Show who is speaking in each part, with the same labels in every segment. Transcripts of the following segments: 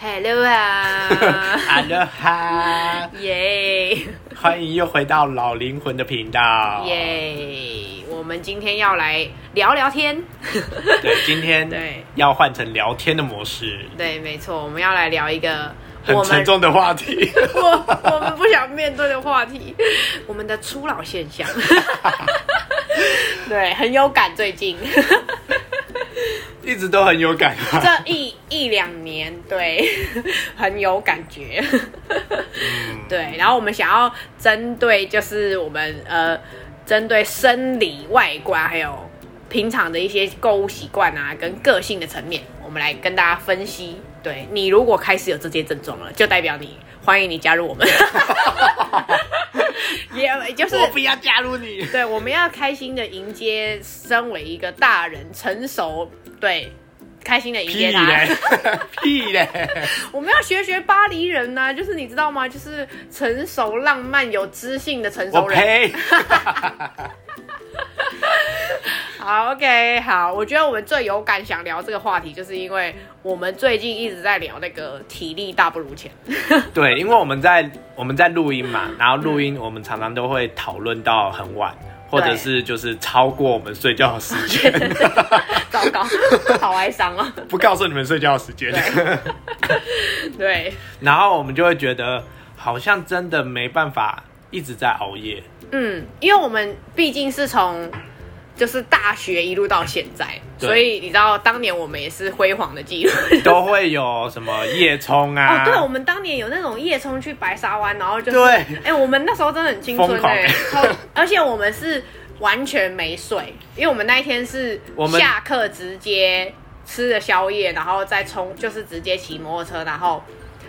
Speaker 1: Hello 啊
Speaker 2: 哈喽哈，
Speaker 1: 耶
Speaker 2: 欢迎又回到老灵魂的频道。！
Speaker 1: 耶！我们今天要来聊聊 天，
Speaker 2: 对，今天
Speaker 1: 对
Speaker 2: 要换成聊天的模式，
Speaker 1: 对，没错，我们要来聊一个
Speaker 2: 很
Speaker 1: 我
Speaker 2: 沉
Speaker 1: 们
Speaker 2: 重的话题。
Speaker 1: 我我们不想面对的话题，我们的初老现 象。对，很有感，最近
Speaker 2: 一直都很有感 啊。
Speaker 1: 这一一两年，对， 很有感觉。
Speaker 2: 嗯
Speaker 1: 对，然后我们想要针对就是我们呃，针对生理外观，还有平常的一些购物习惯啊，跟个性的层面，我们来跟大家分析。对你如果开始有这些症状了，就代表你欢迎你加入我们， 也、就是
Speaker 2: 我不要加入你。
Speaker 1: 对，我们要开心的迎接，身为一个大人成熟，对，开心的迎
Speaker 2: 屁
Speaker 1: 接他。
Speaker 2: 嘞， 屁嘞！
Speaker 1: 我们要学学巴黎人呐、就是你知道吗？就是成熟、浪漫、有知性的成
Speaker 2: 我
Speaker 1: 熟人。
Speaker 2: 呸！
Speaker 1: 好，OK，好，我觉得我们最有感想聊这个话题，就是因为我们最近一直在聊那个体力大不如前。
Speaker 2: 对，因为我们在我们在录音嘛，然后录音我们常常都会讨论到很晚，或者
Speaker 1: 嗯对
Speaker 2: 是就是超过我们睡觉的时 间。
Speaker 1: 糟糕，好哀伤啊！
Speaker 2: 不告诉你们睡觉的时间。
Speaker 1: 对，
Speaker 2: 然后我们就会觉得好像真的没办法一直在熬 夜。
Speaker 1: 嗯，因为我们毕竟是从就是大学一路到现在，
Speaker 2: 对
Speaker 1: 所以你知道当年我们也是辉煌的记录。
Speaker 2: 都会有什么夜冲
Speaker 1: 哦
Speaker 2: 啊，，
Speaker 1: 对，我们当年有那种夜冲去白沙湾，然后就是，
Speaker 2: 对
Speaker 1: 哎、我们那时候真的很青春
Speaker 2: 疯狂
Speaker 1: 哎、超而且我们是完全没睡，因为我们那一天是
Speaker 2: 我们
Speaker 1: 下课直接吃了宵夜，然后再冲，就是直接骑摩托车，然后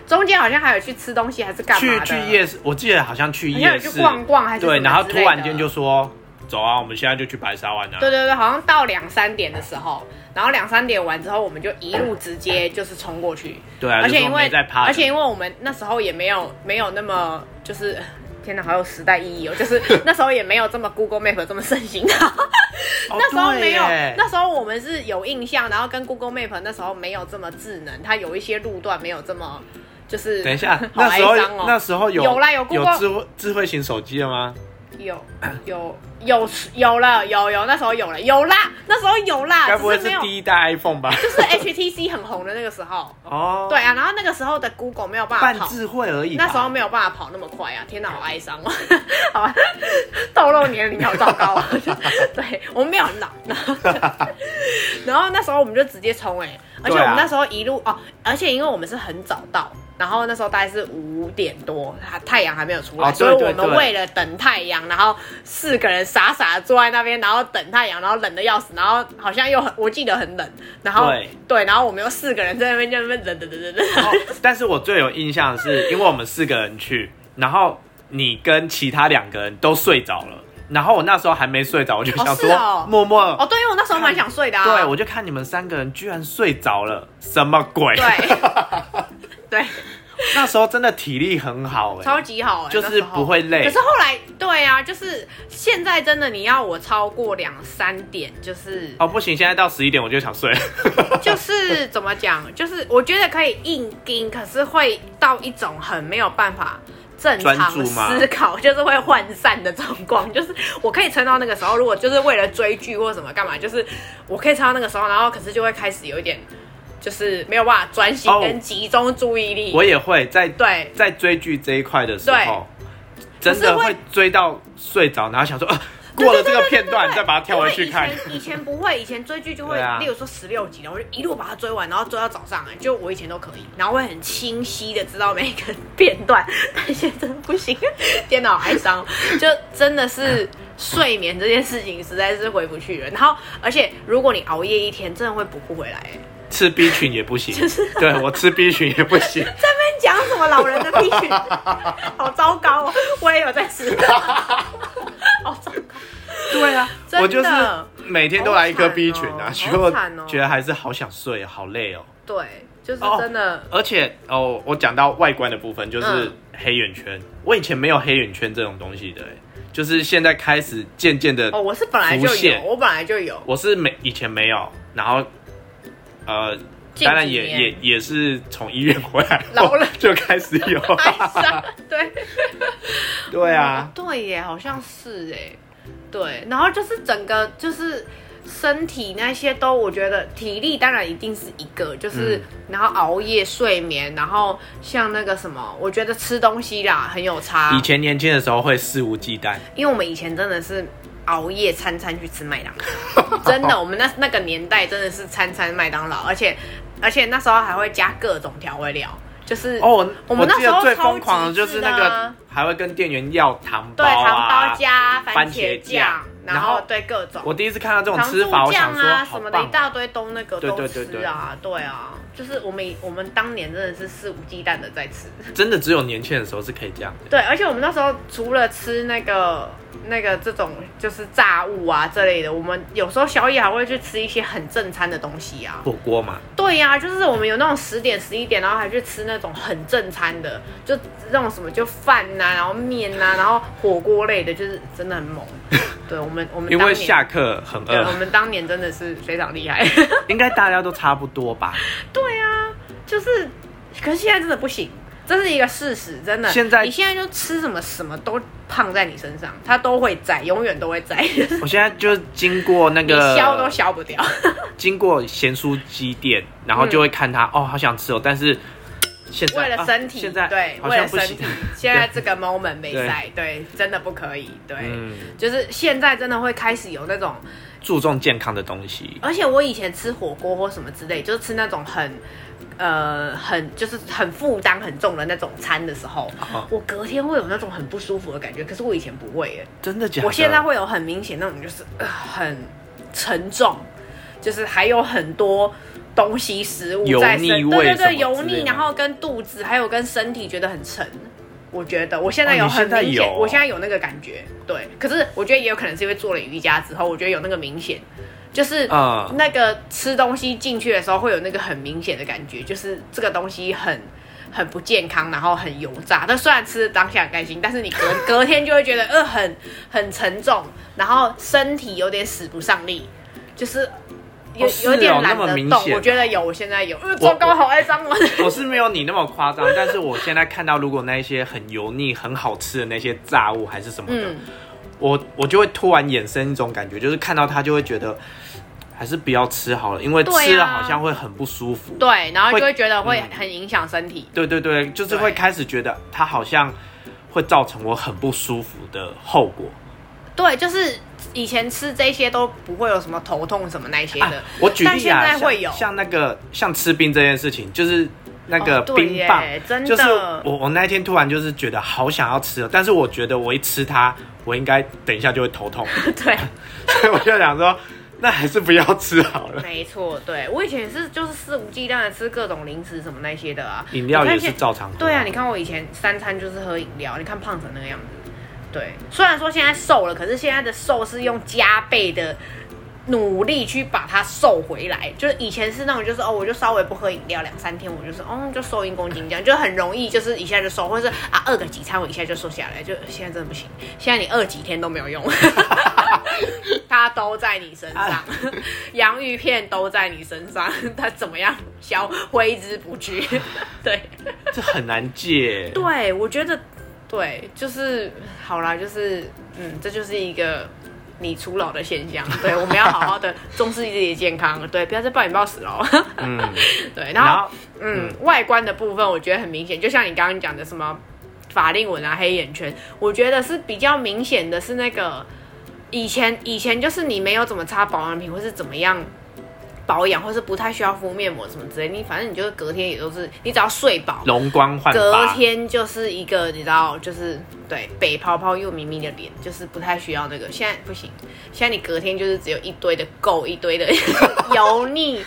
Speaker 1: 中间好像还有去吃东西还是干嘛
Speaker 2: 去
Speaker 1: 的，
Speaker 2: 去夜市，我记得好像去
Speaker 1: 好像
Speaker 2: 夜
Speaker 1: 有去
Speaker 2: 市
Speaker 1: 逛逛还是
Speaker 2: 对，
Speaker 1: 什么
Speaker 2: 然后
Speaker 1: 之
Speaker 2: 突
Speaker 1: 类
Speaker 2: 然
Speaker 1: 的
Speaker 2: 间就说走啊，我们现在就去白沙湾啊。
Speaker 1: 对对对，好像到两三点的时候，然后两三点完之后，我们就一路直接就是冲过去。
Speaker 2: 对啊
Speaker 1: 而且
Speaker 2: 就说
Speaker 1: 因为
Speaker 2: 没在趴着
Speaker 1: 而且因为我们那时候也没有没有那么就是，天哪，好有时代意义哦！就是 那时候也没有这么 Google Map 这么盛行啊。
Speaker 2: 哦
Speaker 1: 那时候没有
Speaker 2: 对耶，
Speaker 1: 那时候我们是有印象，然后跟 Google Map 那时候没有这么智能，它有一些路段没有这么就是。
Speaker 2: 等一下，
Speaker 1: 好
Speaker 2: 那
Speaker 1: 哀
Speaker 2: 时候
Speaker 1: 伤哦。
Speaker 2: 那时候有
Speaker 1: 有啦有 Google
Speaker 2: 智慧智慧型手机了吗？
Speaker 1: 有有有有了有有那时候有了有啦，那时候有啦，
Speaker 2: 该不会
Speaker 1: 啊只是没有
Speaker 2: 第一代 iPhone 吧？
Speaker 1: 就是 HTC 很红的那个时候，
Speaker 2: 哦，
Speaker 1: 对，啊，然后那个时候的 Google 没有办法
Speaker 2: 半
Speaker 1: 跑，
Speaker 2: 智慧而已吧。
Speaker 1: 那时候没有办法跑那么快啊！天哪，好哀伤哦， 好吧，透露年龄好糟糕 啊！对，我们没有很老， 然后然后那时候我们就直接冲哎、而且
Speaker 2: 对
Speaker 1: 我
Speaker 2: 啊
Speaker 1: 们那时候一路、哦，而且因为我们是很早到。然后那时候大概是五点多，它太阳还没有出来，
Speaker 2: 哦对对
Speaker 1: 所以我们
Speaker 2: 对
Speaker 1: 为了等太阳，然后四个人傻傻地坐在那边，然后等太阳，然后冷的要死，然后好像又很，我记得很冷，然后
Speaker 2: 对
Speaker 1: 然后我们又四个人在那边在那边冷冷冷冷冷，
Speaker 2: 哦但是我最有印象的是，因为我们四个人去，然后你跟其他两个人都睡着了，然后我那时候还没睡着，我就想说、
Speaker 1: 是哦
Speaker 2: 默默，
Speaker 1: 哦，对，因为我那时候蛮想睡的、啊。
Speaker 2: 对我就看你们三个人居然睡着了，什么鬼？
Speaker 1: 对对，
Speaker 2: 那时候真的体力很好哎、
Speaker 1: 超级好、欸，
Speaker 2: 就
Speaker 1: 那时
Speaker 2: 是
Speaker 1: 候
Speaker 2: 不。会累
Speaker 1: 可是。后来，对啊，就是现在真的，你要我超过两三点，就是、
Speaker 2: 哦，不行，现在到十一点我就想睡了。
Speaker 1: 就是怎么讲，就是我觉得可以硬盯，可是会到一种很没有办法正常
Speaker 2: 专注吗
Speaker 1: 思考，就是会涣散的状况。 就是我可以撑到那个时候，如果就是为了追剧或什么干嘛，就是我可以撑到那个时候，然后可是就会开始有一点，就是没有办法专心
Speaker 2: 哦
Speaker 1: 跟集中注意力。
Speaker 2: 我也会在
Speaker 1: 对，
Speaker 2: 在追剧这一块的时候，真
Speaker 1: 可是
Speaker 2: 的
Speaker 1: 会
Speaker 2: 会追到睡着，然后想说，呃，过了这个片段
Speaker 1: 对
Speaker 2: 再把它跳回去看
Speaker 1: 因。为以前以前不会，以前追剧就会，
Speaker 2: 对啊
Speaker 1: 例如说十六集，然后我就一路把它追完，然后追到早上，哎就我以前都可以，然后会很清晰的知道每个片段，但现在真的不行，电脑哀伤，就真的是睡眠这件事情实在是回不去了。然后，而且如果你熬夜一天，真的会补不回来。哎
Speaker 2: 吃 B 群也不行，对我吃 B 群也不 行。
Speaker 1: 在那边讲什么老人的屁群，好糟糕哦！我也有在吃，好糟糕。
Speaker 2: 对啊，
Speaker 1: 真的
Speaker 2: 我就是每天都来一颗
Speaker 1: 好惨哦
Speaker 2: B 群啊，结
Speaker 1: 好
Speaker 2: 果
Speaker 1: 惨哦
Speaker 2: 觉得还是好想睡，好累哦。
Speaker 1: 对，就是
Speaker 2: 哦
Speaker 1: 真的。
Speaker 2: 而且哦，我讲到外观的部分，就是
Speaker 1: 嗯
Speaker 2: 黑眼圈。我以前没有黑眼圈这种东西的欸，就是现在开始渐渐的
Speaker 1: 哦，我是本来就
Speaker 2: 浮
Speaker 1: 有，
Speaker 2: 现
Speaker 1: 我本来就有。
Speaker 2: 我是没以前没有，然后呃，
Speaker 1: 近
Speaker 2: 当然
Speaker 1: 几
Speaker 2: 也
Speaker 1: 年
Speaker 2: 也也是从医院回来
Speaker 1: 老
Speaker 2: 后
Speaker 1: 了哎
Speaker 2: 就开始 有，
Speaker 1: 哀伤，对。
Speaker 2: 对啊，
Speaker 1: 对耶，好像是哎，对，然后就是整个就是身体那些都，我觉得体力当然一定是一个，就是、
Speaker 2: 嗯
Speaker 1: 然后熬夜、睡眠，然后像那个什么，我觉得吃东西啦很有差
Speaker 2: 以，前年轻的时候会肆无忌惮，
Speaker 1: 因为我们以前真的是。熬夜餐餐去吃麦当 劳，真的，我们那那个年代真的是餐餐麦当劳，而且而且那时候还会加各种调味料，就是
Speaker 2: 哦，
Speaker 1: 我们那
Speaker 2: 记
Speaker 1: 时
Speaker 2: 得
Speaker 1: 候
Speaker 2: 最
Speaker 1: 超
Speaker 2: 疯狂的
Speaker 1: 极致
Speaker 2: 就是那
Speaker 1: 的
Speaker 2: 个
Speaker 1: 啊
Speaker 2: 还会跟店员要糖包
Speaker 1: 对糖包
Speaker 2: 啊。
Speaker 1: 加番
Speaker 2: 番
Speaker 1: 茄
Speaker 2: 茄
Speaker 1: 酱
Speaker 2: 酱，
Speaker 1: 然
Speaker 2: 然
Speaker 1: 后
Speaker 2: 后
Speaker 1: 对各种，
Speaker 2: 我第一次看到这种
Speaker 1: 糖
Speaker 2: 吃
Speaker 1: 醋
Speaker 2: 法，我
Speaker 1: 酱
Speaker 2: 想说
Speaker 1: 啊
Speaker 2: 好
Speaker 1: 什么的，一
Speaker 2: 棒哦，
Speaker 1: 大堆都那个
Speaker 2: 对
Speaker 1: 都
Speaker 2: 对对
Speaker 1: 吃啊，对啊，就是我们我们当年真的是肆无忌惮的在吃，
Speaker 2: 真的只有年轻的时候是可以这样的。
Speaker 1: 对，而且我们那时候除了吃那个那个这种就是炸物啊这类的，我们有时候宵夜还会去吃一些很正餐的东西啊，
Speaker 2: 火锅嘛，
Speaker 1: 对呀、就是我们有那种十点十一点，然后还去吃那种很正餐的，就那种什么就饭呐、然后面呐、然后火锅类的，就是真的很猛， 对我们我们
Speaker 2: 因
Speaker 1: 当
Speaker 2: 为
Speaker 1: 年
Speaker 2: 下呃课很
Speaker 1: 对我
Speaker 2: 饿，
Speaker 1: 们嗯当年真的是非常厉害。
Speaker 2: 应该大家都差不多吧。
Speaker 1: 对啊，就是，可是现在真的不行，这是一个事实，真的。
Speaker 2: 现在
Speaker 1: 你现在就吃什么什么都胖在你身上，它都会在，永远都会在，
Speaker 2: 我现在就是经过那
Speaker 1: 你消都
Speaker 2: 个，
Speaker 1: 消不掉。
Speaker 2: 经过咸酥鸡店，然后就会看他，哦，好想吃哦，但是 现在
Speaker 1: 嗯为了身体，
Speaker 2: 啊现在
Speaker 1: 对，
Speaker 2: 好
Speaker 1: 为了
Speaker 2: 像不
Speaker 1: 身
Speaker 2: 行
Speaker 1: 体，，现在这个 moment 没在，对，真的不可以，对。
Speaker 2: 嗯，
Speaker 1: 就是现在真的会开始有那种，
Speaker 2: 注重健康的东西，
Speaker 1: 而且我以前吃火锅或什么之类，就是吃那种很，呃，很就是很负担很重的那种餐的时候，
Speaker 2: 哦
Speaker 1: 我隔天会有那种很不舒服的感觉，可是我以前不会耶，
Speaker 2: 真的假的？
Speaker 1: 我现在会有很明显那种，就是、呃、很沉重，就是还有很多东西食物在身，
Speaker 2: 油腻味
Speaker 1: 对对
Speaker 2: 什么
Speaker 1: 对，油
Speaker 2: 之类
Speaker 1: 腻，
Speaker 2: 的
Speaker 1: 然后跟肚子还有跟身体觉得很沉。我觉得我现在
Speaker 2: 哦
Speaker 1: 有
Speaker 2: 你
Speaker 1: 很
Speaker 2: 现在
Speaker 1: 明显，
Speaker 2: 有
Speaker 1: 我现在有那个感觉，对。可是我觉得也有可能是因为做了瑜伽之后，我觉得有那个明显，就是
Speaker 2: 嗯
Speaker 1: 那个吃东西进去的时候会有那个很明显的感觉，就是这个东西很很不健康，然后很油炸。但虽然吃的当下很开心，但是你隔隔天就会觉得呃很很沉重，然后身体有点使不上力，就是有、
Speaker 2: 哦是哦
Speaker 1: 有点懒
Speaker 2: 那么
Speaker 1: 得
Speaker 2: 明
Speaker 1: 动。
Speaker 2: 显
Speaker 1: 我觉得有，我现在有，呃，糟糕，好哀伤我。
Speaker 2: 我是没有你那么夸张，但是我现在看到如果那一些很油腻、很好吃的那些炸物还是什么的，
Speaker 1: 嗯
Speaker 2: 我我就会突然衍生一种感觉，就是看到它就会觉得还是不要吃好了，因为
Speaker 1: 对啊
Speaker 2: 吃了好像会很不舒服。
Speaker 1: 对，然后就会
Speaker 2: 会
Speaker 1: 觉得会
Speaker 2: 嗯
Speaker 1: 很影响身体。
Speaker 2: 对对对，就是
Speaker 1: 对
Speaker 2: 会开始觉得它好像会造成我很不舒服的后果。
Speaker 1: 对，就是以前吃这些都不会有什么头痛什么那些的，
Speaker 2: 我举
Speaker 1: 但
Speaker 2: 例
Speaker 1: 现
Speaker 2: 啊，
Speaker 1: 在
Speaker 2: 像
Speaker 1: 会有
Speaker 2: 像那个像吃冰这件事情，就是那个
Speaker 1: 哦对
Speaker 2: 冰棒，
Speaker 1: 耶真的
Speaker 2: 就是我我那一天突然就是觉得好想要吃哦，但是我觉得我一吃它，我应该等一下就会 头痛，
Speaker 1: 对。
Speaker 2: 所以我就想说，那还是不要吃好了。
Speaker 1: 没错，对我以前也是就是肆无忌惮的吃各种零食什么那些的啊，
Speaker 2: 饮料
Speaker 1: 你看
Speaker 2: 也是
Speaker 1: 现
Speaker 2: 照常喝
Speaker 1: 对啊，你看我以前三餐就是喝饮料，你看胖成那个样子。对，虽然说现在瘦了，可是现在的瘦是用加倍的努力去把它瘦回来。就是以前是那种，就是哦，我就稍微不喝饮料两三天，我就是哦就瘦一公斤这样，就很容易就是一下就瘦，或者是啊饿个几餐我一下就瘦下来，就现在真的不行。现在你饿几天都没有用， 它都在你身上，洋芋片都在你身上，它怎么样消挥之不去？ 对。
Speaker 2: 这很难戒。
Speaker 1: 对，我觉得对，就是好啦，就是嗯，这就是一个你初老的现象。对，我们要好好的重视自己的健康， 对，不要再暴饮暴食喽。
Speaker 2: 嗯，
Speaker 1: 对，然
Speaker 2: 然
Speaker 1: 后
Speaker 2: 后
Speaker 1: 嗯，外观的部分我觉得很明显，就像你刚刚讲的什么法令纹啊、黑眼圈，我觉得是比较明显的是那个以前以前就是你没有怎么擦保养品或是怎么样。保养或是不太需要敷面膜什么之类，你反正你就是隔天也都是，你只要睡饱，
Speaker 2: 容光焕
Speaker 1: 隔
Speaker 2: 发，
Speaker 1: 天就是一个你知道，就是对北泡泡又咪咪的脸，就是不太需要那个。现在不行，现在你隔天就是只有一堆的垢，一堆的 油腻，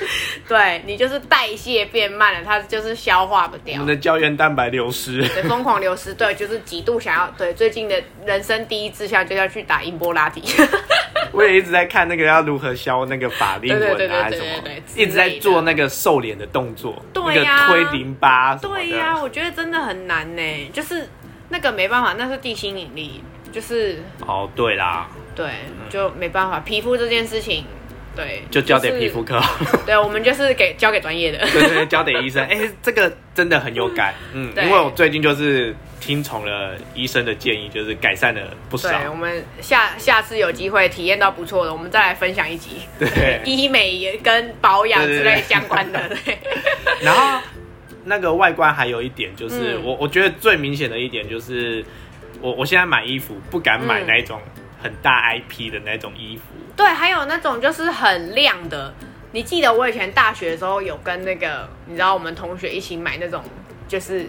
Speaker 1: 对你就是代谢变慢了，它就是消化不
Speaker 2: 我
Speaker 1: 掉
Speaker 2: 们。的胶原蛋白流失。
Speaker 1: 对，疯狂流失，对，就是极度想要，对，最近的人生第一志向就要去打音波拉 提，
Speaker 2: 我也一直在看那个要如何消那个法令
Speaker 1: 对对对
Speaker 2: 纹
Speaker 1: 对
Speaker 2: 啊，还是什
Speaker 1: 对
Speaker 2: 么
Speaker 1: 对对，之
Speaker 2: 一直在
Speaker 1: 类的
Speaker 2: 做那个瘦脸的动作，
Speaker 1: 对呀
Speaker 2: 那个推淋巴什么的。
Speaker 1: 对呀、我觉得真的很难呢，就是那个没办法，那是地心引力，就是
Speaker 2: 哦，对啦，
Speaker 1: 对，就没办法，皮肤这件事情对，
Speaker 2: 就交给
Speaker 1: 是
Speaker 2: 皮肤科。
Speaker 1: 对，我们就是给交给专业的。
Speaker 2: 对对对，交给医 生。哎、这个真的很有感，嗯，
Speaker 1: 对
Speaker 2: 因为我最近就是听从了医生的建议，就是改善了不少。
Speaker 1: 对，我们下下次有机会体验到不错的，我们再来分享一集
Speaker 2: 对，
Speaker 1: 医美跟保养之
Speaker 2: 对对
Speaker 1: 类
Speaker 2: 对
Speaker 1: 相关 的。对，
Speaker 2: 然后那个外观还有一点，就是、
Speaker 1: 嗯
Speaker 2: 我我觉得最明显的一点就是，我我现在买衣服不敢买
Speaker 1: 嗯
Speaker 2: 那种很大 IP 的那种衣服。
Speaker 1: 对，还有那种就是很亮的。你记得我以前大学的时候有跟那个，你知道我们同学一起买那种，就是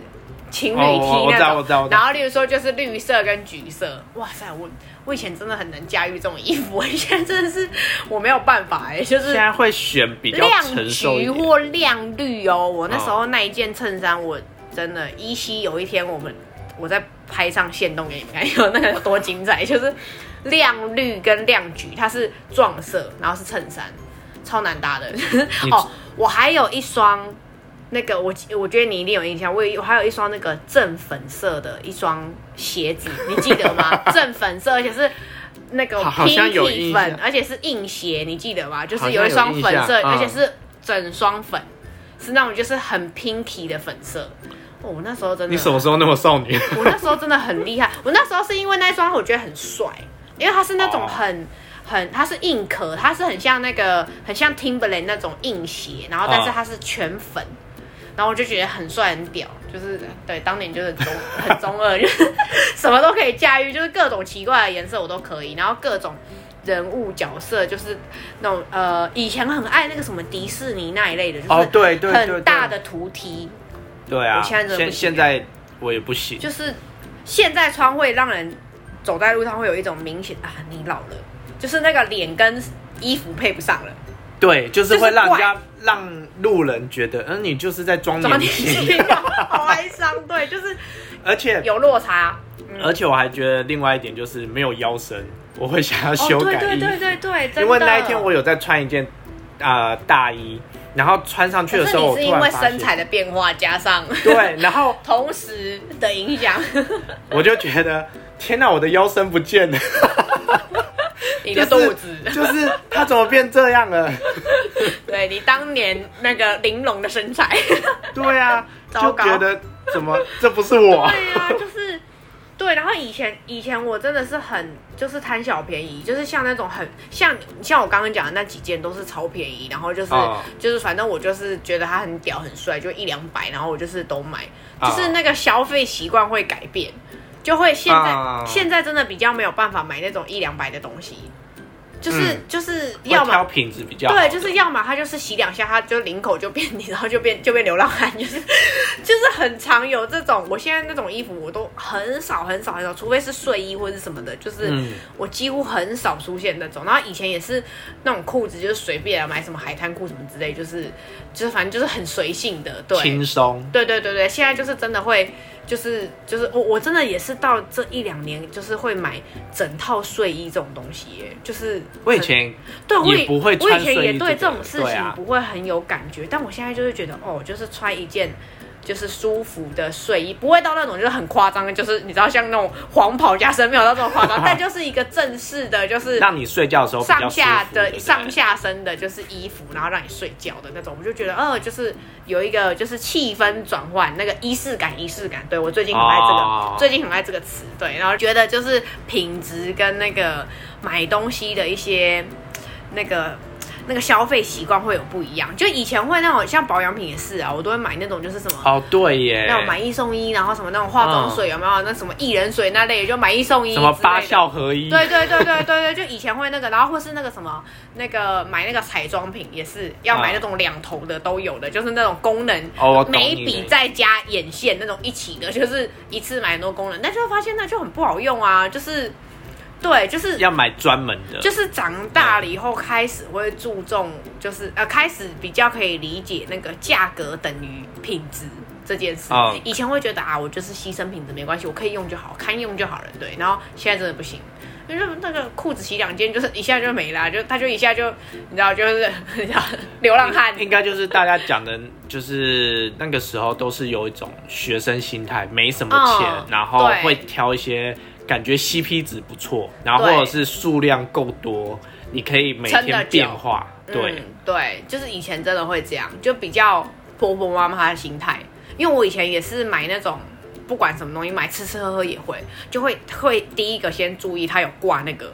Speaker 1: 情侣 T 那种，
Speaker 2: 哦我我知道我知道我知道
Speaker 1: 然后例如说就是绿色跟橘色，哇塞，我我以前真的 很能驾驭这种衣服，我现在真的是我没有办法哎、就是
Speaker 2: 现在会选比较
Speaker 1: 亮
Speaker 2: 成熟一
Speaker 1: 橘
Speaker 2: 点，
Speaker 1: 或亮绿哦。我那时候那一件衬衫，我真的依稀有一天我们我在拍上线动给你们看，有那个有多精彩，就是亮绿跟亮橘，它是撞色，然后是衬衫，超难搭的。哦，我还有一双。那个我我觉得你一定有印象，我有我还有一双那个正粉色的一双鞋子，你记得 吗？正粉色，而且是那个
Speaker 2: 好好像有印
Speaker 1: pinky
Speaker 2: 象
Speaker 1: 粉，而且是硬鞋，你记得吗？就是
Speaker 2: 好像
Speaker 1: 有一双
Speaker 2: 有印
Speaker 1: 粉色，
Speaker 2: 象
Speaker 1: 而且
Speaker 2: 嗯
Speaker 1: 是整双粉，是那种就是很 pinky 的粉色。哦，我那时候真的，
Speaker 2: 你什么时候那么少女？
Speaker 1: 我那时候真的很厉害。我那时候是因为那一双我觉得很帅，因为它是那种
Speaker 2: 哦
Speaker 1: 很、很，它是硬壳，它是很像那个很像 Timberland 那种硬鞋，然后但是
Speaker 2: 嗯
Speaker 1: 它是全粉，然后我就觉得很帅很屌，就是对当年就是中 很中二，就是什么都可以驾驭，就是各种奇怪的颜色我都可以，然后各种。人物角色就是那种呃，以前很爱那个什么迪士尼那一类的，就是
Speaker 2: 哦对对对对
Speaker 1: 很大的图题，
Speaker 2: 对啊，
Speaker 1: 我现在真的不
Speaker 2: 现
Speaker 1: 行
Speaker 2: 现在我也不行。
Speaker 1: 就是现在穿会让人走在路上会有一种明显啊，你老了，就是那个脸跟衣服配不上了，
Speaker 2: 对，就是
Speaker 1: 就是
Speaker 2: 会让人
Speaker 1: 怪
Speaker 2: 家让路人觉得，嗯、你就是在装
Speaker 1: 怎么
Speaker 2: 年
Speaker 1: 你啊
Speaker 2: 轻。
Speaker 1: 好哀伤，对，就是
Speaker 2: 而且
Speaker 1: 有落差。
Speaker 2: 而且我还觉得另外一点就是没有腰身，我会想要
Speaker 1: 哦，
Speaker 2: 修
Speaker 1: 对
Speaker 2: 改
Speaker 1: 对
Speaker 2: 衣服，
Speaker 1: 对对对，真的
Speaker 2: 因为那一天我有在穿一件呃大衣，然后穿上去的
Speaker 1: 可
Speaker 2: 时
Speaker 1: 是你
Speaker 2: 候，我
Speaker 1: 是
Speaker 2: 突
Speaker 1: 因
Speaker 2: 然
Speaker 1: 为
Speaker 2: 发
Speaker 1: 身材
Speaker 2: 现，
Speaker 1: 的变化加上
Speaker 2: 对，然后
Speaker 1: 同时的影 响，
Speaker 2: 我就觉得天哪，我的腰身不见了，
Speaker 1: 你
Speaker 2: 就
Speaker 1: 的
Speaker 2: 是
Speaker 1: 肚子，
Speaker 2: 就是它怎么变这样了？
Speaker 1: 对你当年那个玲珑的身材。
Speaker 2: 对啊，
Speaker 1: 糟
Speaker 2: 就
Speaker 1: 糕
Speaker 2: 觉得怎么这不是 我？
Speaker 1: 对啊呀、就是对。然后以前以前我真的是很就是贪小便宜，就是像那种很像像我刚刚讲的那几件都是超便宜，然后就是、
Speaker 2: 哦
Speaker 1: 就是反正我就是觉得它很屌很帅，就一两百，然后我就是都买，
Speaker 2: 哦
Speaker 1: 就是那个消费习惯会改变。就会现在、
Speaker 2: 哦
Speaker 1: 现在真的比较没有办法买那种一两百的东西，就是、
Speaker 2: 嗯
Speaker 1: 就是
Speaker 2: 会
Speaker 1: 要么
Speaker 2: 挑品质比较好
Speaker 1: 对，
Speaker 2: 的
Speaker 1: 就是要么他就是洗两下，他就领口就变你，然后就变就变流浪汉，就是就是很常有这种。我现在那种衣服我都很少很少很少，除非是睡衣或者是什么的，就是
Speaker 2: 嗯
Speaker 1: 我几乎很少出现那种。然后以前也是那种裤子，就是随便啊买什么海滩裤什么之类，就是就是反正就是很随性的，对，
Speaker 2: 轻松。
Speaker 1: 对对对对，现在就是真的会，就是就是我我真的也是到这一两年，就是会买整套睡衣这种东西耶，就是
Speaker 2: 我以
Speaker 1: 很
Speaker 2: 前
Speaker 1: 对，我
Speaker 2: 也
Speaker 1: 以
Speaker 2: 不会
Speaker 1: 我
Speaker 2: 穿
Speaker 1: 以前
Speaker 2: 睡
Speaker 1: 也
Speaker 2: 衣
Speaker 1: 对
Speaker 2: 这
Speaker 1: 这
Speaker 2: 个
Speaker 1: 种事
Speaker 2: 对
Speaker 1: 情
Speaker 2: 啊
Speaker 1: 不会很有感觉，但我现在就是觉得，哦，就是穿一件就是舒服的睡衣，不会到那种就是很夸张，就是你知道像那种黄袍加身没有到这么 夸张，但就是一个正式的，就是
Speaker 2: 让你睡觉的时候比较
Speaker 1: 上下
Speaker 2: 舒服对
Speaker 1: 的
Speaker 2: 不对
Speaker 1: 上下身的就是衣服，然后让你睡觉的那种，我就觉得，呃，就是有一个就是气氛转换，那个仪式感，仪式感。对我最近很爱这个，
Speaker 2: 哦
Speaker 1: 最近很爱这个词，对，然后觉得就是品质跟那个买东西的一些那个。那个消费习惯会有不一样，就以前会那种像保养品也是啊，我都会买那种就是什么
Speaker 2: 哦，对耶，
Speaker 1: 那种买一送一，然后什么那种化妆水有没有？那什么薏仁水那类，就买一送一
Speaker 2: 嗯什么
Speaker 1: 之类
Speaker 2: 八
Speaker 1: 的
Speaker 2: 效合一，
Speaker 1: 对对对对对对，就以前会那个，然后或是那个什么，那个买那个彩妆品也是要买那种两头的都有的，就是那种功能，
Speaker 2: 哦我懂
Speaker 1: 眉
Speaker 2: 你
Speaker 1: 笔
Speaker 2: 的
Speaker 1: 再加眼线那种一起的，就是一次买很多功能，但就发现那就很不好用啊，就是对，就是
Speaker 2: 要买专门的，
Speaker 1: 就是长大了以后开始会注重，就是呃，开始比较可以理解那个价格等于品质这件事。
Speaker 2: 嗯
Speaker 1: 以前会觉得啊，我就是牺牲品质没关系，我可以用就好，堪用就好了，对。然后现在真的不行。因为那个裤子洗两件，就是一下就没啊啦，就他就一下就，你知道，就是 你知道流浪汉，
Speaker 2: 应该就是大家讲的，就是那个时候都是有一种学生心态，没什么钱，
Speaker 1: 嗯
Speaker 2: 然后
Speaker 1: 对
Speaker 2: 会挑一些感觉 CP 值不错，然后或
Speaker 1: 对
Speaker 2: 者是数量够多，你可以每
Speaker 1: 撑得
Speaker 2: 天
Speaker 1: 久
Speaker 2: 变化。对
Speaker 1: 嗯，对，就是以前真的会这样，就比较婆婆妈妈的心态。因为我以前也是买那种不管什么东西，买吃吃喝喝也会，就会会第一个先注意它有挂那个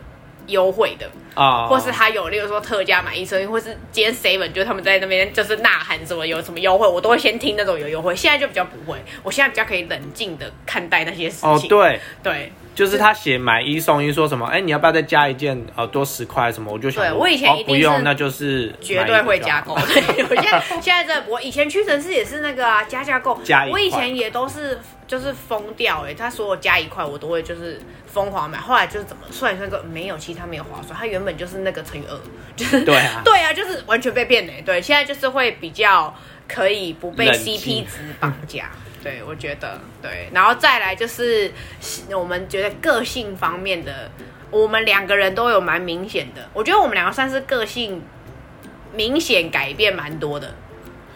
Speaker 1: 优惠的，
Speaker 2: 啊，
Speaker 1: 嗯或是它有例如说特价买一送一，或是今天 seven 就是他们在那边就是呐喊什么有什么优惠，我都会先听那种有优惠。现在就比较不会，我现在比较可以冷静的看待那些事
Speaker 2: 哦
Speaker 1: 情。
Speaker 2: 对，
Speaker 1: 对
Speaker 2: 就是他写买一送一，说什么哎、你要不要再加一件呃多十块什么？我就想
Speaker 1: 对
Speaker 2: 说
Speaker 1: 我以前
Speaker 2: 哦
Speaker 1: 一定
Speaker 2: 不
Speaker 1: 是
Speaker 2: 用，那就是
Speaker 1: 绝
Speaker 2: 买一
Speaker 1: 对
Speaker 2: 个
Speaker 1: 会
Speaker 2: 就
Speaker 1: 加
Speaker 2: 好
Speaker 1: 购。对， 我现在现在真的不会。以前屈臣氏也是那个啊，加价购。
Speaker 2: 加一
Speaker 1: 我以
Speaker 2: 块
Speaker 1: 前也都是就是疯掉哎、欸，他所有加一块我都会就是疯狂买。后来就是怎么算一算个没有，其实它没有划算，它原本就是那个乘以二，就是
Speaker 2: 对啊
Speaker 1: 对啊，就是完全被骗哎、欸。对，现在就是会比较可以不被
Speaker 2: 冷
Speaker 1: CP
Speaker 2: 静
Speaker 1: 值绑架。对，我觉得对，然后再来就是我们觉得个性方面的，我们两个人都有蛮明显的。我觉得我们两个算是个性明显改变蛮多的。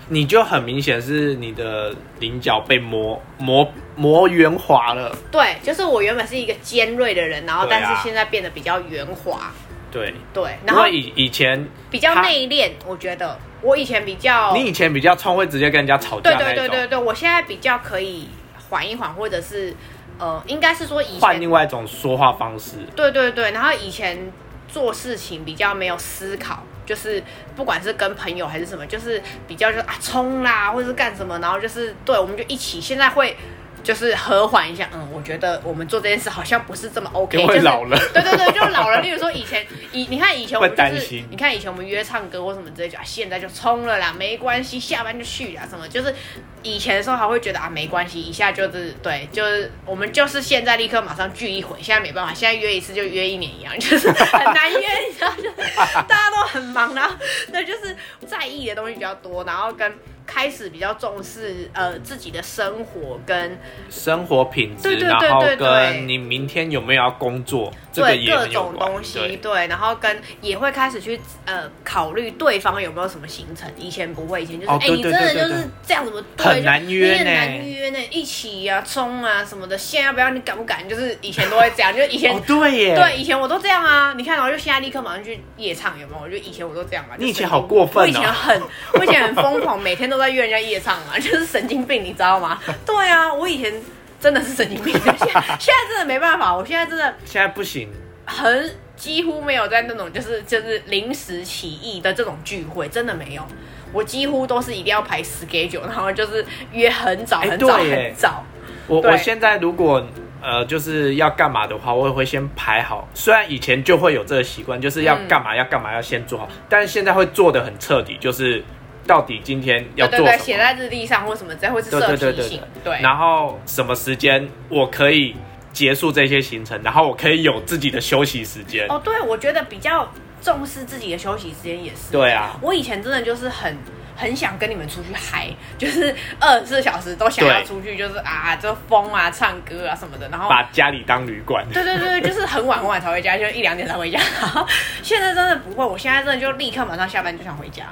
Speaker 2: 你就很明显是你的菱角被磨磨磨圆滑了，
Speaker 1: 对，就是我原本是一个尖锐的人，然后
Speaker 2: 对
Speaker 1: 但
Speaker 2: 啊
Speaker 1: 是现在变得比较圆滑，
Speaker 2: 对，
Speaker 1: 对，然
Speaker 2: 因
Speaker 1: 后
Speaker 2: 为以以前
Speaker 1: 比较
Speaker 2: 他
Speaker 1: 内敛。我觉得我以前比较，
Speaker 2: 你以前比较冲，会直接跟人家吵架
Speaker 1: 哦对
Speaker 2: 那
Speaker 1: 对
Speaker 2: 一种，
Speaker 1: 对对对，我现在比较可以缓一缓，或者是呃，应该是说以
Speaker 2: 换另
Speaker 1: 前，
Speaker 2: 外一种说话方式，
Speaker 1: 对对对，然后以前做事情比较没有思考。就是不管是跟朋友还是什么，就是比较就是啊冲啦，或者是干什么，然后就是对，我们就一起。现在会就是和缓一下，嗯，我觉得我们做这件事好像不是这么 OK，
Speaker 2: 因
Speaker 1: 哎就
Speaker 2: 为
Speaker 1: 是
Speaker 2: 老了。
Speaker 1: 对对对，就老了。例如说以前，以你看以前我们
Speaker 2: 会担
Speaker 1: 就是
Speaker 2: 心，
Speaker 1: 你看以前我们约唱歌或什么之类就啊，现在就冲了啦，没关系，下班就去啦，什么就是以前的时候还会觉得啊没关系，一下就是对，就是我们就是现在立刻马上聚一回，现在没办法，现在约一次就约一年一样，就是很难约，你知道，就是大家都很忙，然后对，就是在意的东西比较多，然后跟开始比较重视呃自己的生活跟
Speaker 2: 生活品质，
Speaker 1: 对对对
Speaker 2: 然后
Speaker 1: 对对
Speaker 2: 跟你明天有没有要工作，这个
Speaker 1: 对
Speaker 2: 也
Speaker 1: 各
Speaker 2: 很有
Speaker 1: 种
Speaker 2: 关。
Speaker 1: 东西，对，
Speaker 2: 对
Speaker 1: 然后跟也会开始去呃考虑对方有没有什么行程，以前不会，以前就是哎、
Speaker 2: 哦对
Speaker 1: 你
Speaker 2: 对
Speaker 1: 真的
Speaker 2: 对对
Speaker 1: 就是
Speaker 2: 对
Speaker 1: 这样怎么对
Speaker 2: 很
Speaker 1: 就
Speaker 2: 难约
Speaker 1: 你很
Speaker 2: 呢
Speaker 1: 难约呢，一起呀、冲啊什么的，现在要不要，你敢不敢？就是以前都会这样，就以前、
Speaker 2: 哦，对耶，
Speaker 1: 对，以前我都这样啊，你看，然后就现在立刻马上去夜唱，有没有？我就以前我都这样啊。
Speaker 2: 你
Speaker 1: 就
Speaker 2: 以前
Speaker 1: 神
Speaker 2: 好
Speaker 1: 经
Speaker 2: 过分
Speaker 1: 我以
Speaker 2: 哦
Speaker 1: 前很，我以前很疯狂，每天都在约人家夜唱啊，就是神经病，你知道吗？对啊，我以前真的是神经病，现在现在真的没办法，我现在真的
Speaker 2: 现在不行，
Speaker 1: 很几乎没有在那种就是就是临时起意的这种聚会，真的没有。我几乎都是一定要排 schedule，然后就是约很早
Speaker 2: 哎
Speaker 1: 很早
Speaker 2: 对耶
Speaker 1: 很早。
Speaker 2: 我
Speaker 1: 对
Speaker 2: 我现在如果呃就是要干嘛的话，我也会先排好。虽然以前就会有这个习惯，就是
Speaker 1: 嗯
Speaker 2: 要干嘛要干嘛要先做好，但是现在会做的很彻底，就是到底今天要
Speaker 1: 对
Speaker 2: 做
Speaker 1: 对
Speaker 2: 什
Speaker 1: 对，
Speaker 2: 么。
Speaker 1: 写在日历上或什么之类，或是
Speaker 2: 对
Speaker 1: 设
Speaker 2: 对对
Speaker 1: 提
Speaker 2: 对对
Speaker 1: 醒。对，
Speaker 2: 然后什么时间我可以结束这些行程，然后我可以有自己的休息时间。
Speaker 1: 哦，对，我觉得比较重视自己的休息时间也是。
Speaker 2: 对啊，
Speaker 1: 我以前真的就是很很想跟你们出去嗨，就是二十四小时都想要
Speaker 2: 对
Speaker 1: 出去，就是啊，就疯啊，唱歌啊什么的，然后
Speaker 2: 把家里当旅馆。
Speaker 1: 对对对，就是很晚很晚才回家，就一两点才回家。 现在真的不会，我现在真的就立刻马上下班就想回家。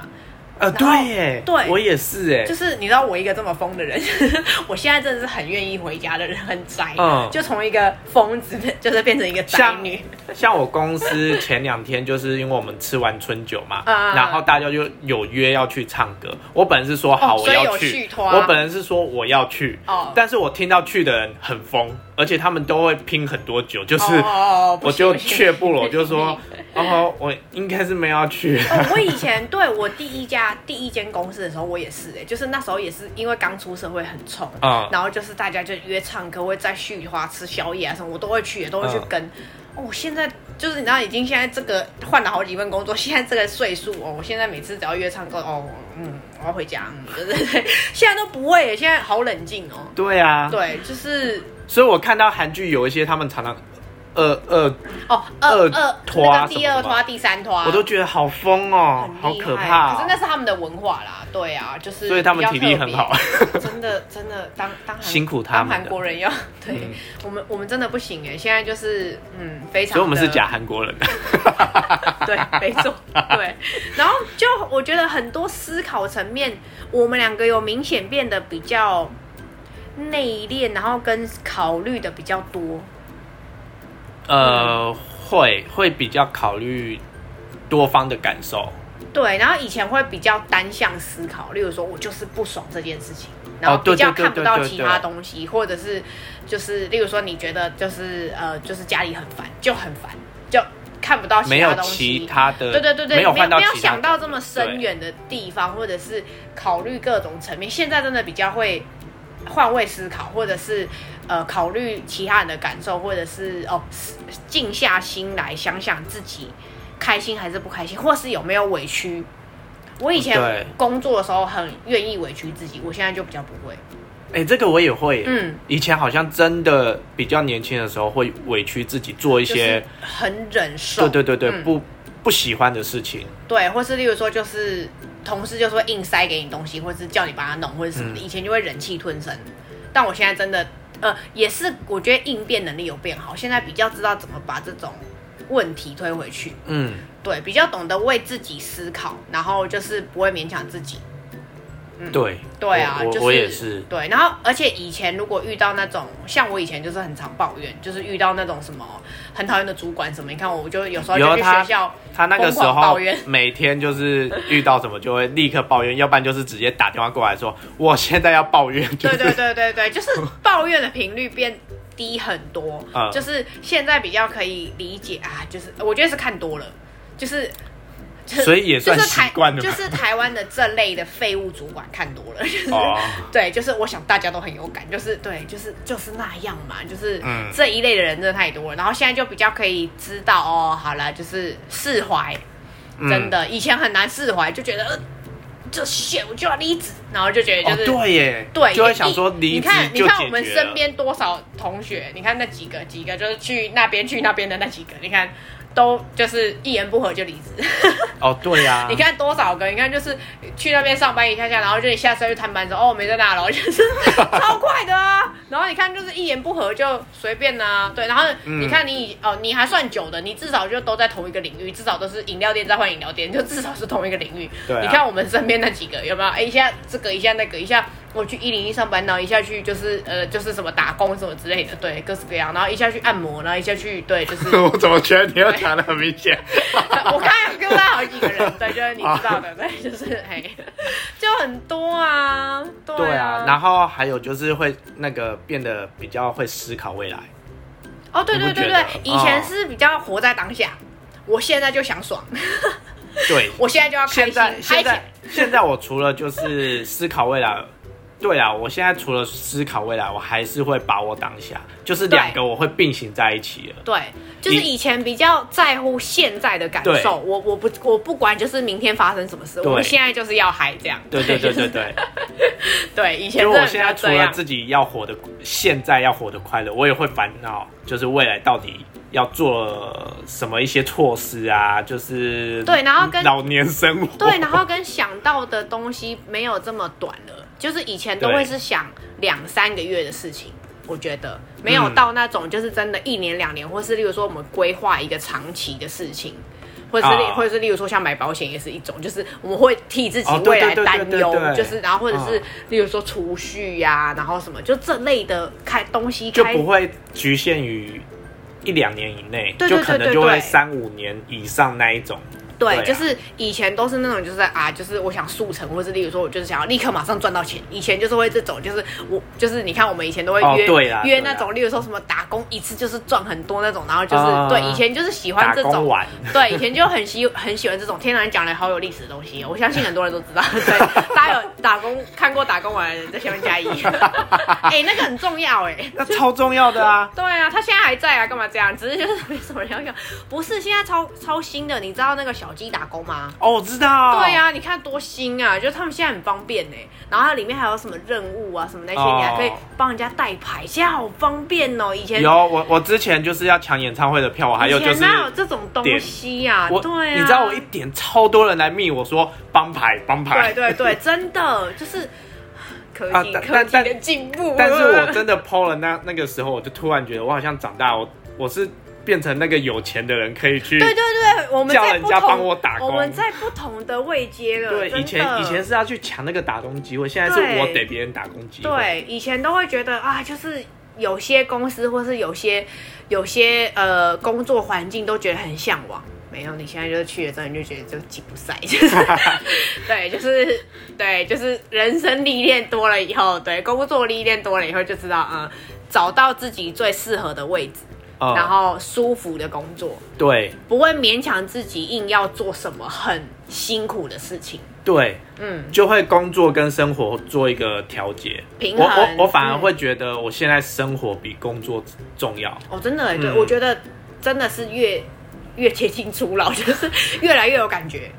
Speaker 2: 呃，
Speaker 1: 然后
Speaker 2: 对耶，
Speaker 1: 对
Speaker 2: 我也是哎
Speaker 1: 就，是你知道我一个这么疯的人， 我现在真的是很愿意回家的人，很宅，
Speaker 2: 嗯
Speaker 1: 就从一个疯子就是变成一个宅
Speaker 2: 像
Speaker 1: 女。
Speaker 2: 像我公司前两天就是因为我们吃完春酒嘛，
Speaker 1: 嗯嗯嗯
Speaker 2: 然后大家就有约要去唱歌。我本来是说好
Speaker 1: 哦
Speaker 2: 我
Speaker 1: 所
Speaker 2: 要
Speaker 1: 以有续
Speaker 2: 去，
Speaker 1: 托啊
Speaker 2: 我本来是说我要去
Speaker 1: 哦，
Speaker 2: 但是我听到去的人很疯，而且他们都会拼很多酒，就是
Speaker 1: 哦不
Speaker 2: 我
Speaker 1: 行
Speaker 2: 就
Speaker 1: 不行，
Speaker 2: 却步了，我就说 哦，我应该是没有要去。
Speaker 1: 哦，我以前对我第一家第一间公司的时候，我也是哎、就是那时候也是因为刚出社会很冲，
Speaker 2: 嗯
Speaker 1: 然后就是大家就约唱歌，会在旭花吃宵夜啊什么，我都会去，也都会去
Speaker 2: 嗯
Speaker 1: 跟。哦，我现在就是你知道，已经现在这个换了好几份工作，现在这个岁数哦，我现在每次只要约唱歌哦，嗯，我要回家，嗯，对对对，现在都不会欸耶，现在好冷静哦。
Speaker 2: 对啊，
Speaker 1: 对，就是
Speaker 2: 所以我看到韩剧有一些他们常常，呃呃，
Speaker 1: 哦，二
Speaker 2: 二
Speaker 1: 二
Speaker 2: 拖
Speaker 1: 那
Speaker 2: 啊
Speaker 1: 个第二
Speaker 2: 什么的
Speaker 1: 拖、第三拖，啊
Speaker 2: 我都觉得好疯哦，
Speaker 1: 很
Speaker 2: 好
Speaker 1: 厉
Speaker 2: 可
Speaker 1: 害
Speaker 2: 怕
Speaker 1: 可是
Speaker 2: 哦
Speaker 1: 那。是他们的文化啦，对啊，就是
Speaker 2: 所以他们体力
Speaker 1: 比较特
Speaker 2: 很
Speaker 1: 别
Speaker 2: 好，，
Speaker 1: 真的真的当当韩
Speaker 2: 辛苦他们嗯
Speaker 1: 当
Speaker 2: 了
Speaker 1: 韩国人要对、我们我们真的不行哎，现在就是嗯非常，
Speaker 2: 所以我们是假，韩国人。
Speaker 1: 对，没错，对，然后就我觉得很多思考层面，我们两个有明显变得比较内敛，然后跟考虑的比较多，
Speaker 2: 呃，会会比较考虑多方的感受，
Speaker 1: 对，然后以前会比较单向思考，例如说我就是不爽这件事情，然
Speaker 2: 哦
Speaker 1: 后
Speaker 2: 对
Speaker 1: 比较
Speaker 2: 对对
Speaker 1: 看不到
Speaker 2: 对对
Speaker 1: 其
Speaker 2: 对
Speaker 1: 他东西，或者是就是例如说你觉得就是呃就是家里很烦，就很烦，就看不到其
Speaker 2: 没有
Speaker 1: 他东西。
Speaker 2: 其他的，
Speaker 1: 对对对对，
Speaker 2: 没有换到
Speaker 1: 没有
Speaker 2: 其他
Speaker 1: 想
Speaker 2: 的
Speaker 1: 到这么深远的地方，或者是考虑各种层面。现在真的比较会换位思考，或者是呃考虑其他人的感受，或者是哦是静下心来想想自己开心还是不开心，或是有没有委屈。我以前
Speaker 2: 嗯对
Speaker 1: 工作的时候很愿意委屈自己，我现在就比较不会。
Speaker 2: 哎、这个我也会耶。
Speaker 1: 嗯，
Speaker 2: 以前好像真的比较年轻的时候会委屈自己做一
Speaker 1: 就
Speaker 2: 些
Speaker 1: 是，很忍受。
Speaker 2: 对对对对，
Speaker 1: 嗯
Speaker 2: 不不喜欢的事情。
Speaker 1: 对，或是例如说就是同事就是会硬塞给你东西，或是叫你帮他弄，或者什
Speaker 2: 嗯
Speaker 1: 么的。以前就会忍气吞声，但我现在真的呃也是，我觉得应变能力有变好，现在比较知道怎么把这种问题推回去，
Speaker 2: 嗯，
Speaker 1: 对，比较懂得为自己思考，然后就是不会勉强自己。
Speaker 2: 对。
Speaker 1: 对啊，
Speaker 2: 我我,、
Speaker 1: 就是
Speaker 2: 我也是。
Speaker 1: 对，然后而且以前如果遇到那种像我以前就是很常抱怨，就是遇到那种什么很讨厌的主管什么，你看我就有时候
Speaker 2: 有啊
Speaker 1: 就去
Speaker 2: 他
Speaker 1: 学校，
Speaker 2: 他那个时
Speaker 1: 疯狂
Speaker 2: 候
Speaker 1: 抱怨
Speaker 2: 每天就是 遇到什么就会立刻抱怨，要不然就是直接打电话过来说我现在要抱怨。就
Speaker 1: 对
Speaker 2: 是、
Speaker 1: 对对对对，就是抱怨的频率变低很多，
Speaker 2: 嗯
Speaker 1: 就是现在比较可以理解啊，就是我觉得是看多了，就是。就是
Speaker 2: 所以也算
Speaker 1: 就是
Speaker 2: 习惯了
Speaker 1: 台
Speaker 2: 吧
Speaker 1: 就是台湾的这类的废物主管看 多了，就是、
Speaker 2: 哦
Speaker 1: 对，就是我想大家都很有感，就是对，就是就是那样嘛，就是
Speaker 2: 嗯
Speaker 1: 这一类的人真的太多了，然后现在就比较可以知道哦，好了，就是释怀，
Speaker 2: 嗯
Speaker 1: 真的、以前很难释怀，就觉得呃，这 shit 我就要离职，然后就觉得
Speaker 2: 哦
Speaker 1: 就是、
Speaker 2: 对耶，
Speaker 1: 对，
Speaker 2: 就会
Speaker 1: 一
Speaker 2: 想说离
Speaker 1: 你
Speaker 2: 职
Speaker 1: 看，你
Speaker 2: 就
Speaker 1: 看我
Speaker 2: 解
Speaker 1: 们
Speaker 2: 决
Speaker 1: 身
Speaker 2: 了。
Speaker 1: 边多少同学，你看那几个几个就是去那边去那边的那几个，你看都就是一言不合就离职。
Speaker 2: 哦对呀、啊，
Speaker 1: 你看多少个？你看就是去那边上班一下下，然后就你下次去探班说哦我没在那了， 就是 超快的啊。然后你看就是一言不合就随便啊，对。然后
Speaker 2: 嗯
Speaker 1: 你看你已哦你还算久的，你至少就都在同一个领域，至少都是饮料店在换饮料店，就至少是同一个领域。
Speaker 2: 对啊
Speaker 1: 你看我们身边那几个有没有？哎一下这个一下那个一下。我去一零一上班，然后一下去就是呃，就是什么打工什么之类的，对，各式各样。然后一下去按摩，然后一下去对，就是
Speaker 2: 我怎么觉得你又讲的很明显？
Speaker 1: 我刚才有跟他好几个人，对，就是你知道的，对，就是哎，就很多啊，对
Speaker 2: 对啊，
Speaker 1: 啊，
Speaker 2: 然后还有就是会那个变得比较会思考未来。
Speaker 1: 哦，对对对
Speaker 2: 你不觉
Speaker 1: 对
Speaker 2: 得，
Speaker 1: 以前是比较活在当下，我现在就想爽，
Speaker 2: 对，
Speaker 1: 我现在就要开
Speaker 2: 现
Speaker 1: 心，
Speaker 2: 在
Speaker 1: 嗨
Speaker 2: 现
Speaker 1: 起来
Speaker 2: 在现在我除了就是思考未来，对啊，我现在除了思考未来，我还是会把握当下，就是
Speaker 1: 对
Speaker 2: 两个我会并行在一起了。
Speaker 1: 对，就是
Speaker 2: 你
Speaker 1: 以前比较在乎现在的感
Speaker 2: 对
Speaker 1: 受，我我不我不管就是明天发生什么事，
Speaker 2: 对
Speaker 1: 我们现在就是要嗨这样，
Speaker 2: 对对对
Speaker 1: 就是
Speaker 2: 对对，
Speaker 1: 对，以前
Speaker 2: 因
Speaker 1: 真
Speaker 2: 为
Speaker 1: 的
Speaker 2: 我
Speaker 1: 比
Speaker 2: 现
Speaker 1: 较
Speaker 2: 在除
Speaker 1: 这
Speaker 2: 了
Speaker 1: 样，
Speaker 2: 自己要活得现在要活得快乐，我也会烦恼，就是未来到底要做什么一些措施啊，就是
Speaker 1: 对然后跟
Speaker 2: 老年生活，
Speaker 1: 对，然后跟想到的东西没有这么短了，就是以前都会
Speaker 2: 对
Speaker 1: 是想两三个月的事情，我觉得没有
Speaker 2: 嗯
Speaker 1: 到那种就是真的一年两年，或是例如说我们规划一个长期的事情。或者是例，
Speaker 2: 啊
Speaker 1: 或者是例如说像买保险也是一种，就是我们会替自己
Speaker 2: 哦
Speaker 1: 未
Speaker 2: 对
Speaker 1: 来
Speaker 2: 对对
Speaker 1: 担
Speaker 2: 对对
Speaker 1: 忧，
Speaker 2: 对
Speaker 1: 就是然后或者是
Speaker 2: 啊
Speaker 1: 例如说储蓄呀、然后什么就这类的开东西
Speaker 2: 就
Speaker 1: 开
Speaker 2: 不会局限于一两年以内，
Speaker 1: 对对
Speaker 2: 就
Speaker 1: 对
Speaker 2: 可
Speaker 1: 对
Speaker 2: 能就会
Speaker 1: 对
Speaker 2: 三五年以上那一种。
Speaker 1: 对，
Speaker 2: 对啊
Speaker 1: 就是以前都是那种，就是啊，就是我想速成，或是例如说，我就是想要立刻马上赚到钱。以前就是会这种，就是我就是你看，我们以前都会
Speaker 2: 哦
Speaker 1: 约、
Speaker 2: 对啦
Speaker 1: 约
Speaker 2: 对啦
Speaker 1: 那种，例如说什么打工一次就是赚很多那种，然后就是、
Speaker 2: 啊
Speaker 1: 对，以前就是喜欢
Speaker 2: 打
Speaker 1: 这
Speaker 2: 工
Speaker 1: 种，
Speaker 2: 玩，
Speaker 1: 对，以前就很喜很喜欢这种。天然讲了好有历史的东西哦，我相信很多人都知道。对，大家有打工看过打工玩的人在下面加 一。哎、那个很重要哎、
Speaker 2: 那超重要的啊！
Speaker 1: 对啊，他现在还在啊，干嘛这样？只是就是没什么人要用。不是，现在超超新的，你知道那个小鸡打工吗？
Speaker 2: 哦，我知道。
Speaker 1: 对啊呀、你看多新啊！就是他们现在很方便呢、然后它里面还有什么任务啊，什么那些，
Speaker 2: 哦
Speaker 1: 你还可以帮人家代牌，现在好方便哦、以前
Speaker 2: 有我我之前就是要抢演唱会的票，我还有
Speaker 1: 以
Speaker 2: 就
Speaker 1: 前
Speaker 2: 是
Speaker 1: 哪有这种东西呀、
Speaker 2: 我，
Speaker 1: 对啊，
Speaker 2: 你知道我一点超多人来密我说帮牌帮牌
Speaker 1: 对，对 对，真的就是科技、
Speaker 2: 啊但
Speaker 1: 科技
Speaker 2: 但
Speaker 1: 的进 步。
Speaker 2: 但是我真的 PO 了那那个时候，我就突然觉得我好像长大，我我是变成那个有钱的人，可以去
Speaker 1: 对对对，我们
Speaker 2: 叫
Speaker 1: 在
Speaker 2: 人
Speaker 1: 不
Speaker 2: 家
Speaker 1: 同
Speaker 2: 帮我打工
Speaker 1: 我们在不同的位阶了。
Speaker 2: 对
Speaker 1: 真的
Speaker 2: 以前以前是要去抢那个打工机会，现在是
Speaker 1: 对
Speaker 2: 我给别人打工机会。
Speaker 1: 对，以前都会觉得啊，就是有些公司或是有些有些呃工作环境都觉得很向往，没有，你现在就是去了之后，你就觉得就吉普 赛，就是对，就是对，就是人生历练多了以后，对工作历练多了以后，就知道嗯，找到自己最适合的位置，
Speaker 2: 嗯
Speaker 1: 然后舒服的工作，
Speaker 2: 对
Speaker 1: 不会勉强自己硬要做什么很辛苦的事情。
Speaker 2: 对，
Speaker 1: 嗯，
Speaker 2: 就会工作跟生活做一个调节。
Speaker 1: 平
Speaker 2: 我
Speaker 1: 衡
Speaker 2: 我我反而
Speaker 1: 嗯
Speaker 2: 会觉得我现在生活比工作重要。
Speaker 1: 哦，真的耶，对、
Speaker 2: 嗯
Speaker 1: 我觉得真的是越越接近初老， 就是越来越有感觉，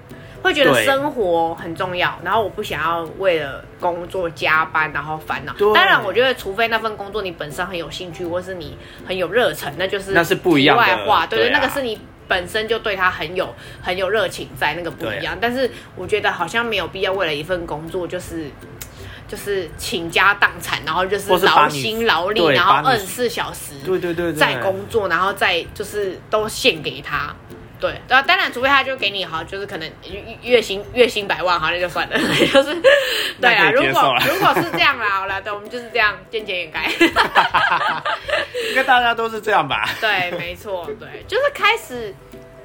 Speaker 1: 会觉得
Speaker 2: 对
Speaker 1: 生活很重要。然后我不想要为了工作加班然后烦恼。
Speaker 2: 对
Speaker 1: 当然，我觉得除非那份工作你本身很有兴趣，或是你很有热忱，那就是
Speaker 2: 那是不一样的
Speaker 1: 题外话，对对，
Speaker 2: 对啊
Speaker 1: 那个是你。本身就对他很有很有热情在，那个
Speaker 2: 啊
Speaker 1: 不一样。但是我觉得好像没有必要为了一份工作就是就是倾家荡产，然后就是
Speaker 2: 或是把
Speaker 1: 劳
Speaker 2: 你
Speaker 1: 心劳力，
Speaker 2: 对
Speaker 1: 然后
Speaker 2: 把
Speaker 1: 二
Speaker 2: 你
Speaker 1: 十四小时
Speaker 2: 对对对对，
Speaker 1: 在工作，然后再就是都献给他。对，然后当然，除非他就给你好，就是可能月月薪月薪百万，好那就算了， 就是对啊。
Speaker 2: 那可
Speaker 1: 如
Speaker 2: 以接受
Speaker 1: 果
Speaker 2: 啦
Speaker 1: 如果是这样啦，好了，对，我们就是这样见钱眼 开。
Speaker 2: 应该大家都是这样吧？
Speaker 1: 对，没错，对，就是开始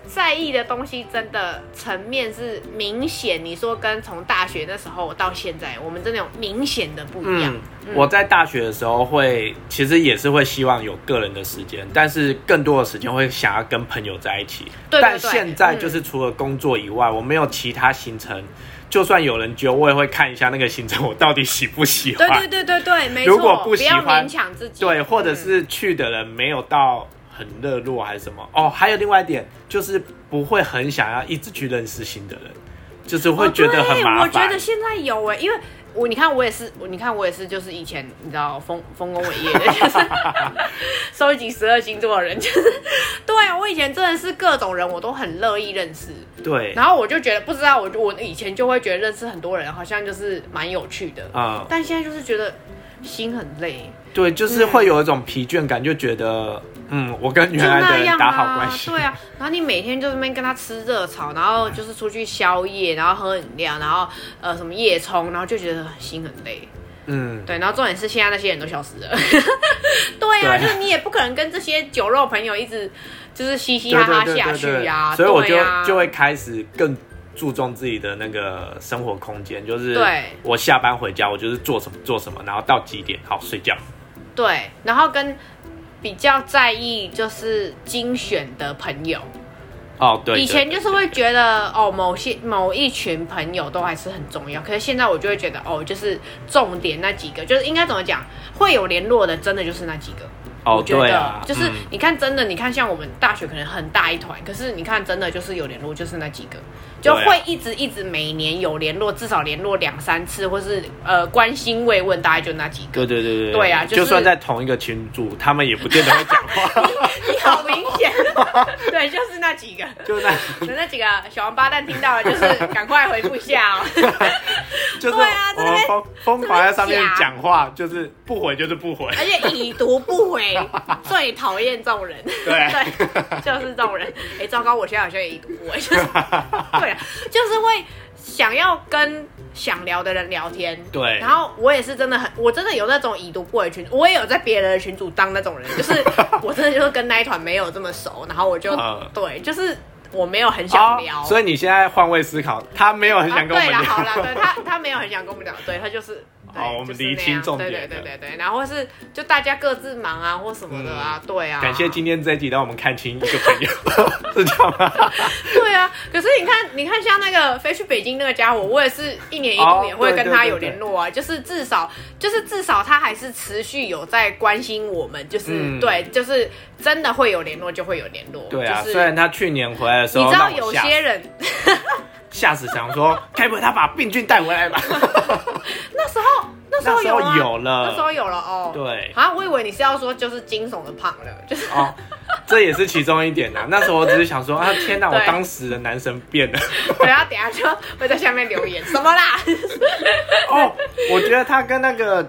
Speaker 1: 在意的东西，真的层面是明显。你说跟从大学那时候到现在，我们真的有明显的不一样。
Speaker 2: 嗯，我在大学的时候会，其实也是会希望有个人的时间，但是更多的时间会想要跟朋友在一起。
Speaker 1: 对对
Speaker 2: 但
Speaker 1: 对嗯
Speaker 2: 现在就是除了工作以外，我没有其他行程，就算有人揪，我也会看一下那个行程，我到底喜不喜欢。
Speaker 1: 对对对对对，没错，
Speaker 2: 如果不喜
Speaker 1: 要
Speaker 2: 欢
Speaker 1: 勉强自己。
Speaker 2: 对，或者
Speaker 1: 嗯
Speaker 2: 是去的人没有到很热络还是什么哦。还有另外一点就是不会很想要一直去认识新的人，就是会觉得很
Speaker 1: 哦
Speaker 2: 麻
Speaker 1: 对我觉
Speaker 2: 烦。
Speaker 1: 得现在有哎，因为我你看我也是，我你看我也是，就是以前你知道丰丰功伟业的， 就是收集十二星座的人，就是对啊，我以前真的是各种人我都很乐意认识，
Speaker 2: 对，
Speaker 1: 然后我就觉得不知道，我就我以前就会觉得认识很多人好像就是蛮有趣的，
Speaker 2: 嗯，
Speaker 1: 但现在就是觉得心很累，
Speaker 2: 对，就是
Speaker 1: 嗯
Speaker 2: 会有一种疲倦感，就觉得嗯，我跟
Speaker 1: 就
Speaker 2: 原来
Speaker 1: 那
Speaker 2: 的
Speaker 1: 样
Speaker 2: 人打好关
Speaker 1: 啊，
Speaker 2: 系。
Speaker 1: 对啊，然后你每天就在那边跟他吃热炒，然后就是出去宵夜，然后喝饮料，然后呃什么夜冲，然后就觉得心很累。
Speaker 2: 嗯，
Speaker 1: 对，然啊后重点是现在那些人都消失了。 对啊，
Speaker 2: 对
Speaker 1: 就是你也不可能跟这些酒肉朋友一直就是嘻嘻哈哈下去啊。
Speaker 2: 所以我就
Speaker 1: 对啊
Speaker 2: 就会开始更。注重自己的那个生活空间，就是
Speaker 1: 对
Speaker 2: 我下班回家，我就是做什么做什么，然后到几点好睡觉。
Speaker 1: 对，然后跟比较在意就是精选的朋友。
Speaker 2: 哦，对，
Speaker 1: 以
Speaker 2: 对
Speaker 1: 前就是会觉得哦，某些某一群朋友都还是很重要，可是现在我就会觉得哦，就是重点那几个，就是应该怎么讲，会有联络的，真的就是那几个。
Speaker 2: 哦
Speaker 1: 我，觉
Speaker 2: 对
Speaker 1: 得、
Speaker 2: 啊，
Speaker 1: 就是
Speaker 2: 嗯
Speaker 1: 你看真的，你看像我们大学可能很大一团，可是你看真的就是有联络，就是那几个，就
Speaker 2: 对啊
Speaker 1: 会一直一直每年有联络，至少联络两三次，或是呃关心慰问，大概就那几个。
Speaker 2: 对对对对
Speaker 1: 对啊就是
Speaker 2: 就算在同一个群组，他们也不见得会 讲话，
Speaker 1: 你好明 显，对，就是那几个。
Speaker 2: 就那
Speaker 1: 那几个小王八蛋听到了，就是赶快回复一下哦。
Speaker 2: 就是
Speaker 1: 对啊
Speaker 2: 我们疯疯狂在上面
Speaker 1: 这边讲
Speaker 2: 讲话，就是不回就是不 回，
Speaker 1: 而且已读不回，最讨厌这种 人。
Speaker 2: 对
Speaker 1: 对就是这种 人。哎、糟糕，我现在好像也已读不回，就是对啊，就是会想要跟想聊的人聊天。
Speaker 2: 对
Speaker 1: 然后我也是真的很，我真的有那种已读不回群，我也有在别人的群组当那种人，就是我真的就是跟那一团没有这么熟，然后我就、
Speaker 2: 嗯
Speaker 1: 对，就是我没有很想聊。
Speaker 2: 哦所以你现在换位思考，他没有很想跟我们
Speaker 1: 啊、对啦，好啦，
Speaker 2: 聊，
Speaker 1: 对他他没有很想跟我们聊，对他就是。对
Speaker 2: 好我们
Speaker 1: 就是那样
Speaker 2: 厘清重点
Speaker 1: 对对对对对，然后是就大家各自忙啊，或什么的啊，对啊。
Speaker 2: 嗯感谢今天这一集让我们看清一个朋友， 是这样吗？
Speaker 1: 对啊，可是你看，你看像那个飞去北京那个家伙，我也是一年一度
Speaker 2: 哦
Speaker 1: 也会
Speaker 2: 对
Speaker 1: 跟
Speaker 2: 对
Speaker 1: 他
Speaker 2: 对
Speaker 1: 有联络啊，就是至少，就是至少他还是持续有在关心我们，就是、
Speaker 2: 嗯
Speaker 1: 对，就是真的会有联络就会有联络，
Speaker 2: 对啊，
Speaker 1: 就是
Speaker 2: 虽然他去年回来的时
Speaker 1: 你
Speaker 2: 候
Speaker 1: 知道
Speaker 2: 让
Speaker 1: 有
Speaker 2: 我吓
Speaker 1: 些人
Speaker 2: 吓死，想说该不会他把病菌带回来 吧？
Speaker 1: 那时候那时候
Speaker 2: 那时
Speaker 1: 有
Speaker 2: 候
Speaker 1: 了，
Speaker 2: 有了
Speaker 1: 那时候有了哦，
Speaker 2: 对
Speaker 1: 啊，我以为你是要说就是惊悚的胖了， 就是。
Speaker 2: 哦。这也是其中一点呐、啊那时候我只是想说啊，天哪！我
Speaker 1: 对
Speaker 2: 当时的男神 变了。
Speaker 1: 对啊，等一下就会在下面留言 什么啦？
Speaker 2: 哦，我觉得他跟那个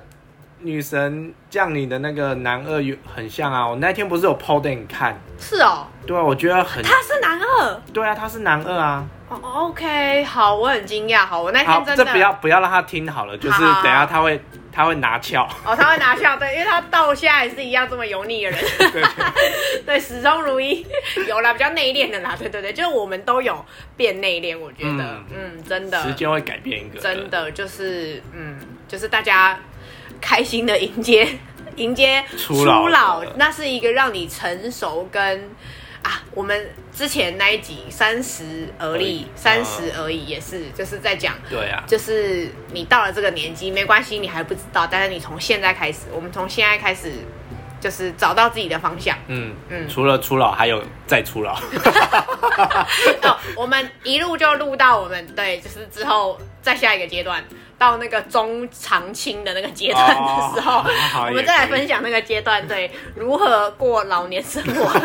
Speaker 2: 女神降临的那个男二有很像啊。我那天不是有 PO 给你看？
Speaker 1: 是哦，
Speaker 2: 对啊，我觉得很
Speaker 1: 他是男二
Speaker 2: 对啊，他是男二啊。
Speaker 1: 哦，OK，好，我很惊讶，好，我那
Speaker 2: 好
Speaker 1: 天，真
Speaker 2: 这
Speaker 1: 的
Speaker 2: 不要不要让他听好了，就是
Speaker 1: 好好好
Speaker 2: 等一下他会他会拿翘。
Speaker 1: 哦，他会拿笑，对，因为他到现在还是一样这么油腻的人，
Speaker 2: 对，
Speaker 1: 对，始终如一，有啦，比较内敛的啦，对对对，就是我们都有变内敛，我觉得
Speaker 2: 嗯，
Speaker 1: 嗯真
Speaker 2: 时
Speaker 1: 的，
Speaker 2: 间会改变一个人
Speaker 1: 真。的就是，嗯，就是大家开心的迎接 迎接
Speaker 2: 初老
Speaker 1: 那是一个让你成熟跟啊，我们之前那一集三十而立，
Speaker 2: 而已
Speaker 1: 三十而已也是，就是在讲
Speaker 2: 对啊，
Speaker 1: 就是你到了这个年纪，没关系，你还不知道，但是你从现在开始，我们从现在开始，就是找到自己的方向。
Speaker 2: 嗯
Speaker 1: 嗯
Speaker 2: 嗯，除了初老还有再初老，嗯
Speaker 1: 哦，我们一路就录到我们对，就是之后再下一个阶段，到那个中长青的那个阶段的时候，
Speaker 2: 哦好
Speaker 1: 我
Speaker 2: 也
Speaker 1: 们再来
Speaker 2: 可以
Speaker 1: 分享那个阶段，对，如何过老年生活。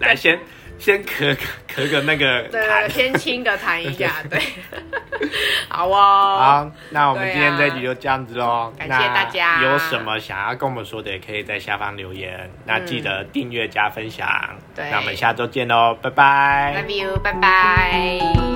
Speaker 2: 来先先咳咳个那个
Speaker 1: 对对
Speaker 2: 痰
Speaker 1: 对，。先轻的谈一下，对， 好哦。
Speaker 2: 好，那我们
Speaker 1: 对啊
Speaker 2: 今天这集就这样子喽。
Speaker 1: 感谢
Speaker 2: 那
Speaker 1: 大家
Speaker 2: 有什么想要跟我们说的，也可以在下方留言。那记得订阅加分享。
Speaker 1: 嗯对
Speaker 2: 那我们下周见喽，拜拜。
Speaker 1: Love you，拜拜。